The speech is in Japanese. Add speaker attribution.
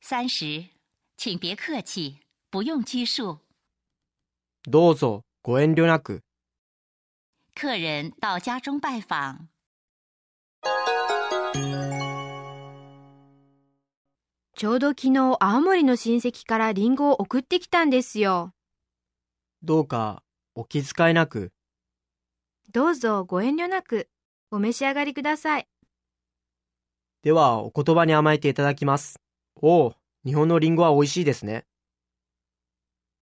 Speaker 1: 三十，请别客气，不用拘束。
Speaker 2: どうぞご遠慮なく
Speaker 1: 客人到家中拜访，
Speaker 3: ちょうど昨日青森の親戚からリンゴを送ってきたんですよ。
Speaker 2: どうかお気遣いなく
Speaker 3: どうぞご遠慮なくお召し上がりください。
Speaker 2: ではお言葉に甘えていただきますおお日本のリンゴは美味しいですね